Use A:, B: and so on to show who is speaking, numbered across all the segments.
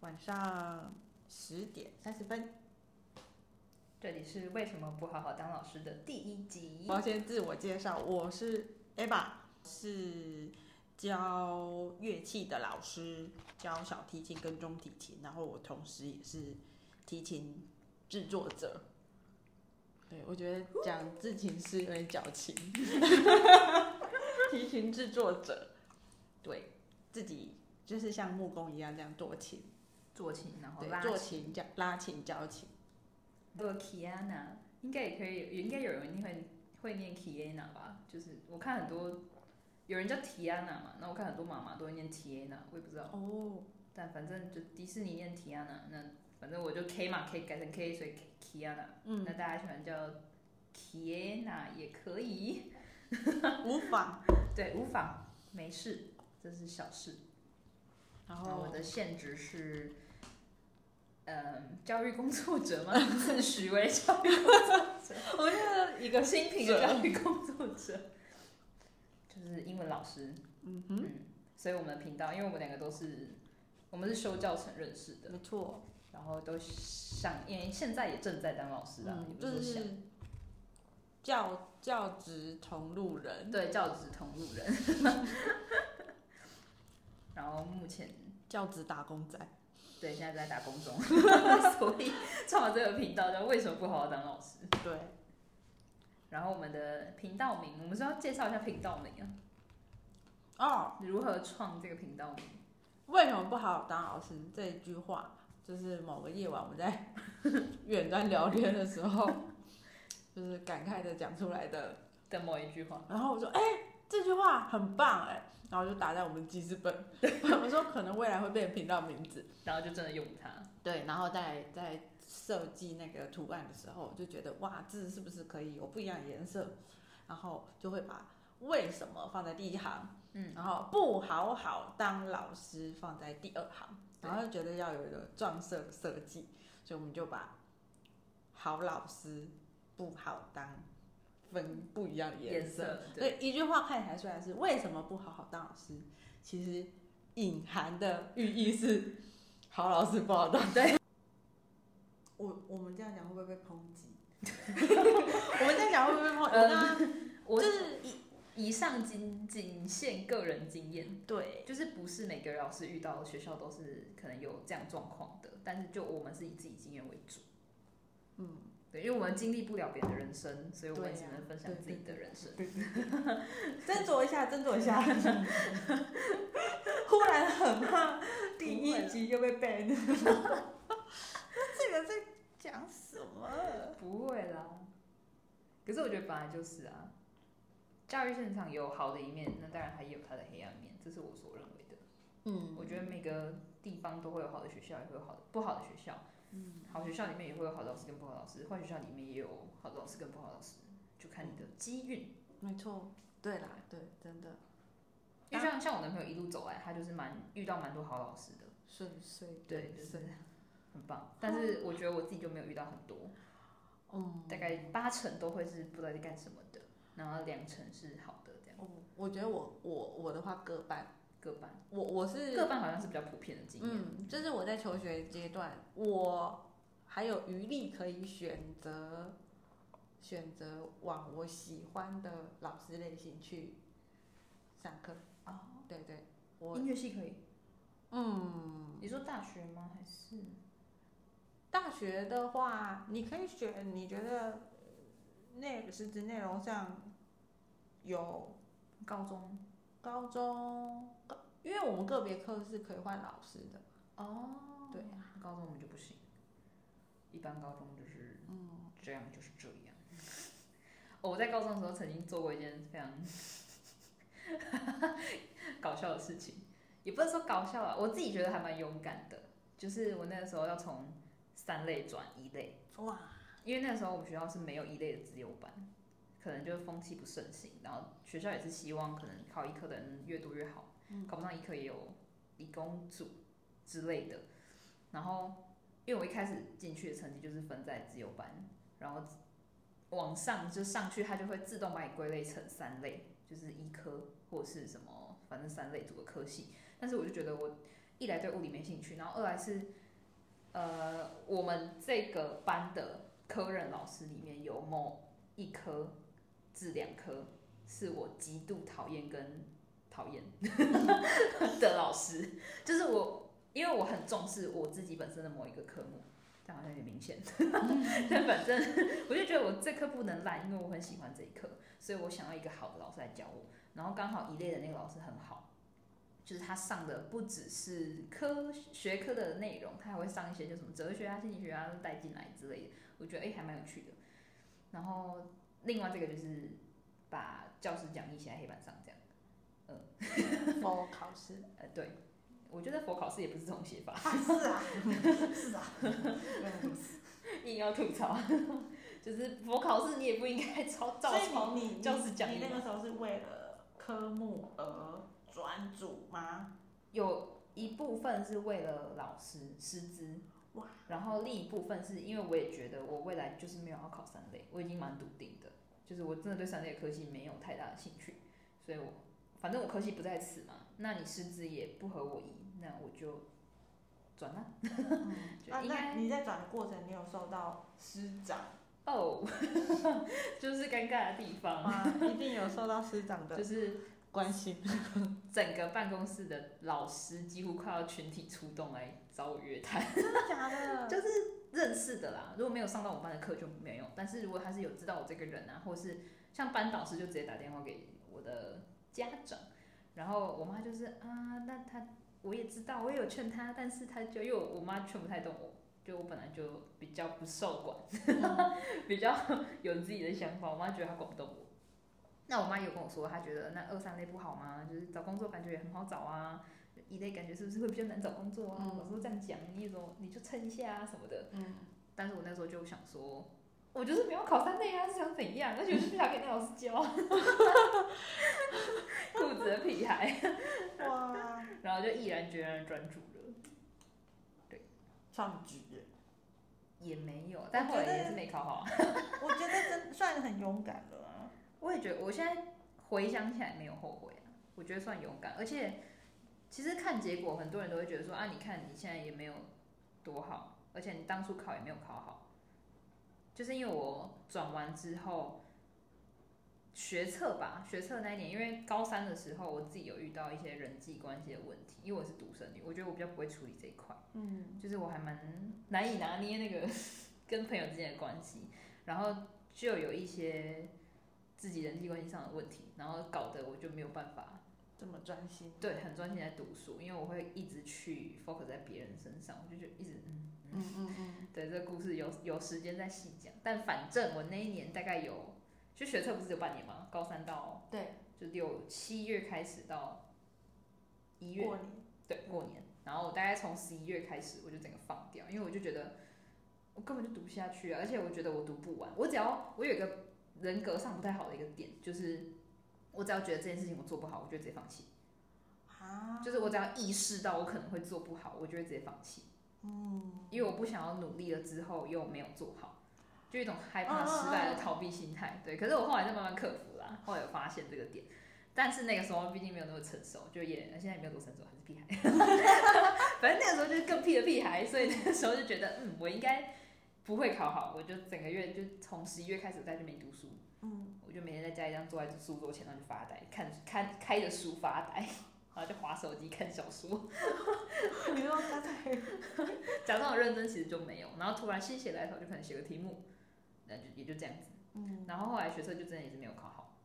A: 晚上十点三十分。
B: 这里是为什么不好好当老师的第一集
A: 我。要先自我介绍，我是 Eva，是教乐器的老师，教小提琴跟中提琴，然后我同时也是提琴制作者。对，我觉得讲自琴是有点矫情， 提琴制作者，对自己就是像木工一样这样做琴，
B: 做琴，然后
A: 对，
B: 哦拉
A: 做
B: 琴，
A: 琴教拉琴教琴。
B: 做 Kiana，应该也可以，也应该有人一定会会念 Kiana 吧？就是我看很多有人叫 Tiana 嘛，那我看很多妈妈都会念 Tiana，我也不知道，
A: 哦，
B: 但反正就迪士尼念 Tiana，那反正我就 K 嘛，K 改成 K，所以 Kiana。
A: 嗯
B: 那，大家喜欢叫 Kiana 也可以，
A: 无 妨。
B: 对，无妨，没事，这是小事。
A: 然
B: 那我
A: 后
B: 的现职是，嗯，教育工作者吗？ 自诩为教育工作者，
A: 我就是一
B: 一个新品的教育工作者，就是英文老师。
A: 嗯
B: 嗯
A: 哼，，
B: 所以我们的频道，因为我们两个都是，我们是修教程认识的，
A: 没错，
B: 然后都想，因为现在也正在当老师啊，也
A: 嗯，
B: 不
A: 就是
B: 说想
A: 是教教职同路人，
B: 对教职同路人， 然后目前
A: 教职打工仔，
B: 对现在在打工中， 所以创了这个频道叫为什么不好好当老师？
A: 对，
B: 然后我们的频道名，我们是要介绍一下频道名啊，啊
A: 哦，
B: 如何创这个频道名？
A: 为什么不好好当老师？这一句话，就是某个夜晚我们在 远端聊天的时候， 就是感慨的讲出来的。
B: 的某一句话，
A: 然后我说，哎、这句话很棒哎、然后就打在我们记事本， 我说可能未来会变成频道名字。
B: 然后就真的用它。
A: 对，然后在在设计那个图案的时候，就觉得哇，字是不是可以有不一样的颜色？然后就会把为什么放在第一行，
B: 嗯，
A: 然后不好好当老师放在第二行，然后就觉得要有一个撞色的设计，所以我们就把好老师不好当分不一样的
B: 颜
A: 颜色。
B: 色
A: 所以一句话看起来虽然是为什么不好好当老师，其实隐含的寓意是好老师不好当。
B: 对，
A: 我我们这样讲会不会被抨击？ 我们这样讲会不会被抨击？
B: 呃
A: 那
B: 我
A: 就是一
B: 以上仅仅限个人经验，
A: 对
B: 就是不是每个老师遇到的学校都是可能有这样状况的，但是就我们是以自己经验为主。
A: 嗯，
B: 对，因为我们经历不了别人的人生，所以我们
A: 对
B: 只
A: 呀
B: 能分享自己的人生。
A: 斟酌一下，斟酌一下。忽然很怕第一集就被 ban，这个在讲什么？
B: 不会啦，可是我觉得本来就是啊，教育现场有好的一面，那当然它也有它的黑暗面，这是我所认为的。
A: 嗯
B: 我觉得每个地方都会有好的学校，也会有好的不好的学校。
A: 嗯，
B: 好学校里面也会有好老师跟不好老师，坏学校里面也有好老师跟不好老师，就看你的机运。
A: 没错，对啦，对，真的
B: 因为像像我男朋友一路走来，他就是蛮遇到蛮多好老师的，
A: 顺遂
B: 对，就是
A: 顺。
B: 很棒。但是我觉得我自己就没有遇到很多，
A: 嗯，
B: 大概八成都会是不知道在干什么的，然后两成是好的，这样
A: 我哦我觉得我我我的话各半，
B: 各半，
A: 我我是
B: 各半好像是比较普遍的经验。
A: 嗯，就是我在求学阶段，我还有余力可以选择选择往我喜欢的老师类型去上课。
B: 哦，
A: 对对，我
B: 音乐系可以？
A: 嗯，
B: 你说大学吗？还是
A: 大学的话，你可以选你觉得呃内实质内容上有
B: 高中？
A: 高中，因为我们个别课是可以换老师的。
B: 哦，
A: 对，
B: 高中我们就不行，一般高中就是嗯这样就是这样。哦我在高中的时候曾经做过一件非常 搞笑的事情，也不是说搞笑啊，我自己觉得还蛮勇敢的。就是我那个时候要从三类转一类，
A: 哇，
B: 因为那时候我们学校是没有一类的自由班，可能就是风气不盛行，然后学校也是希望可能考医科的人越多越好，考不上医科也有理工组之类的。然后因为我一开始进去的成绩就是分在自由班，然后往上就上去，它就会自动把你归类成三类，就是医科或是什么，反正三类组的科系。但是我就觉得我一来对物理没兴趣，然后二来是，呃，我们这个班的科任老师里面有某一科至两科是我极度讨厌跟讨厌 的老师，就是我因为我很重视我自己本身的某一个科目，但好像有点明显， 但反正我就觉得我这科不能烂，因为我很喜欢这一科，所以我想要一个好的老师来教我，然后刚好一类的那个老师很好。就是他上的不只是科学科的内容，他还会上一些就什么哲学啊、心理学啊带进来之类的，我觉得哎、诶还蛮有趣的。然后另外这个就是把教师讲义写在黑板上这样，
A: 哦，考试
B: 呃，对，我觉得佛考试也不是这种写法，
A: 啊，是啊， 是 啊，嗯
B: 硬要吐槽， 就是佛考试你也不应该抄照
A: 所以
B: 抄，
A: 你你
B: 就是讲义
A: 你那
B: 嘛
A: 个时候是为了科目而专注吗？
B: 有一部分是为了老师师资，
A: 哇，
B: 然后另一部分是因为我也觉得我未来就是没有要考三类，我已经蛮笃定的，就是我真的对三类的科系没有太大的兴趣，所以我反正我科系不在此嘛，那你师资也不合我意，那我就转啦、就
A: 啊，
B: 应
A: 那
B: 该
A: 你在转的过程，你有受到师长
B: 哦， 就是尴尬的地方，
A: 吗？ 一定有受到师长
B: 就
A: 的
B: 是
A: 关心。
B: 整个办公室的老师几乎快要群体出动来找我约谈。
A: 真的假的？
B: 就是认识的啦。如果没有上到我们班的课就没有，但是如果他是有知道我这个人啊，或是像班导师就直接打电话给我的家长，然后我妈就是啊，那他我也知道，我也有劝他，但是他就因为我我妈劝不太动我。就我本来就比较不受管， 比较有自己的想法，我妈觉得她管不动我。那我妈有跟我说，她觉得那二三类不好吗？就是找工作感觉也很好找啊，一类感觉是不是会比较难找工作啊？
A: 嗯
B: 老师都这样讲，你怎么你就撑一下啊什么的。
A: 嗯，
B: 但是我那时候就想说，我就是没有考三类啊，是想怎样？而且我就是不想给那老师教， 裤子的屁孩，
A: 哇，
B: 然后就毅然决然地专注了，
A: 创举耶！
B: 也没有，但后来也是没考好。啊
A: 我觉得真算很勇敢了啊、
B: 我也觉得，我现在回想起来没有后悔啊，我觉得算勇敢，而且其实看结果，很多人都会觉得说啊，你看你现在也没有多好，而且你当初考也没有考好，就是因为我转完之后，学测吧，学测那一年，因为高三的时候我自己有遇到一些人际关系的问题，因为我是独生女，我觉得我比较不会处理这一块。
A: 嗯，
B: 就是我还蛮难以拿捏那个 跟朋友之间的关系，然后就有一些自己人际关系上的问题，然后搞得我就没有办法
A: 这么专心。
B: 对很专心在读书，因为我会一直去 focus 在别人身上，我就觉得一直嗯嗯，
A: 嗯嗯，
B: 对这个故事有有时间再细讲，但反正我那一年大概有就学测不是有半年嘛，高三到
A: 对，
B: 就六七月开始到一月
A: 过 年
B: 对，过年。然后我大概从十一月开始，我就整个放掉，因为我就觉得我根本就读不下去啊，而且我觉得我读不完。我只要我有一个人格上不太好的一个点，就是我只要觉得这件事情我做不好，我就直接放弃。
A: 啊，
B: 就是我只要意识到我可能会做不好，我就会直接放弃。嗯，因为我不想要努力了之后又没有做好，就一种害怕失败的逃避心态。对，可是我后来就慢慢克服啦，后来有发现这个点。但是那个时候毕竟没有那么成熟，就也现在也没有多成熟，还是屁孩。 反正那个时候就是更屁的屁孩，所以那个时候就觉得，嗯，我应该不会考好，我就整个月就从十一月开始，我大概就没读书，
A: 嗯，
B: 我就每天在家里这样坐在书桌前，然后就发呆，看看开着书发呆， 然后就划手机看小说，
A: 你说他在
B: 假装很认真，其实就没有。然后突然心血来潮，就可能写个题目，那就也就这样子。
A: 嗯
B: 然后后来学测就真的也是没有考好。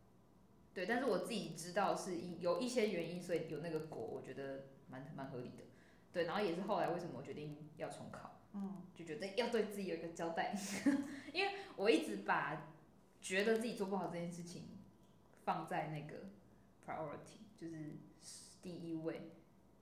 B: 对，但是我自己知道是因有一些原因，所以有那个果，我觉得蛮蛮合理的。对，然后也是后来为什么我决定要重考，
A: 嗯
B: 就觉得要对自己有一个交代， 因为我一直把觉得自己做不好这件事情放在那个 priority，就是第一位，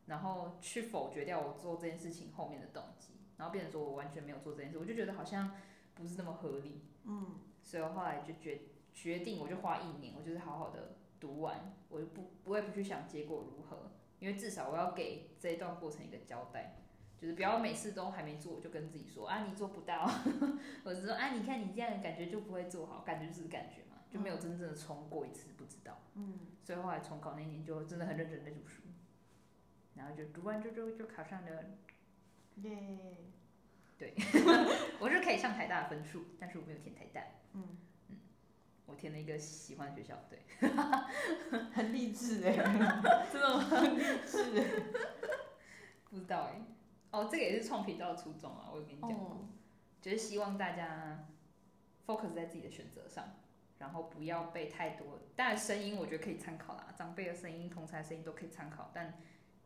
B: 然后去否决掉我做这件事情后面的动机，然后变成说我完全没有做这件事，我就觉得好像不是那么合理，
A: 嗯，
B: 所以我后来就决决定，我就花一年，我就是好好的读完，我就不我也不去想结果如何，因为至少我要给这一段过程一个交代，就是不要每次都还没做就跟自己说啊你做不到， 我是说啊你看你这样感觉就不会做好，感觉就是感觉嘛，就没有真正的冲过一次，不知道。嗯，所以后来重考那一年就真的很认真地在读书，然后就读完之后就考上了，
A: 耶，
B: 我是可以上台大的分数，但是我没有填台大，
A: 嗯
B: 嗯，我填了一个喜欢的学校， 对，
A: 很励志 哎，
B: 真的吗？
A: 是
B: 不知道哎、哦，这个也是创频道的初衷啊，我有跟你讲过，
A: 哦，
B: 就是希望大家 focus 在自己的选择上，然后不要被太多。当然，声音我觉得可以参考啦，长辈的声音、同才的声音都可以参考，但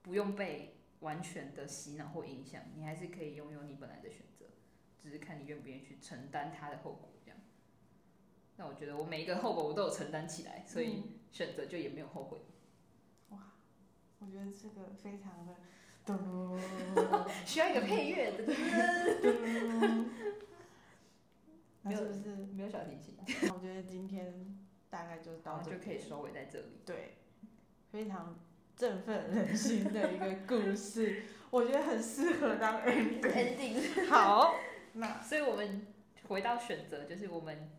B: 不用被完全的洗脑或影响，你还是可以拥有你本来的选择，只是看你愿不愿意去承担它的后果这样。那我觉得我每一个后果我都有承担起来，所以
A: 嗯
B: 选择就也没有后悔。
A: 我觉得这个非常的咚
B: 需要一个配乐，对不对
A: 咚，那
B: 没有
A: 是不是？
B: 没有小提琴，
A: 我觉得今天大概就
B: 然
A: 到
B: 后
A: 这
B: 啊就
A: 里，
B: 可以收尾在这里。
A: 对，非常振奋人心的一个故事， 我觉得很适合当 ending。
B: Ending。
A: 好，那
B: 所以我们回到选择，就是我们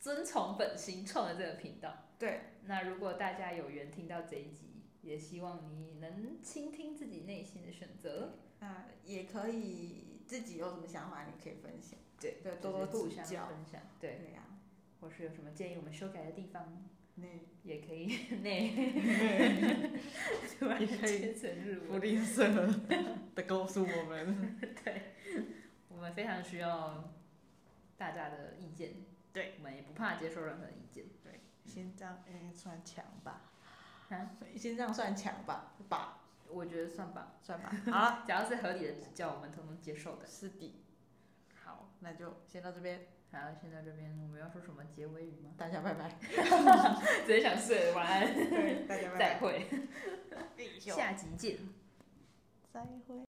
B: 遵从本心创的这个频道。
A: 对，
B: 那如果大家有缘听到这一集，也希望你能倾听自己内心的选择。
A: 那也可以自己有什么想法，你可以分享。
B: 对
A: 对，
B: 就
A: 多
B: 是
A: 多
B: 互
A: 指
B: 相
A: 教。
B: 分享。对，
A: 对呀，
B: 或是有什么建议我们修改的地方，
A: 那
B: 也可以内。突然
A: 也可以
B: 间成日
A: 福
B: 文，
A: 利社的告诉我们，
B: 对，我们非常需要大家的意见。
A: 对，
B: 我们也不怕接受任何意见。
A: 心脏嗯算强吧，
B: 啊，
A: 心脏算强吧，吧
B: 我觉得算吧，
A: 算 吧。好了，
B: 只要是合理的指教，我们通通接受的。
A: 是的。好，那就先到这边，
B: 好，先到这边，我们要说什么结尾 语吗？
A: 大家拜拜。
B: 直接想睡，晚 安，
A: 对，大家
B: 再会，
A: 再
B: 下集见。
A: 再会。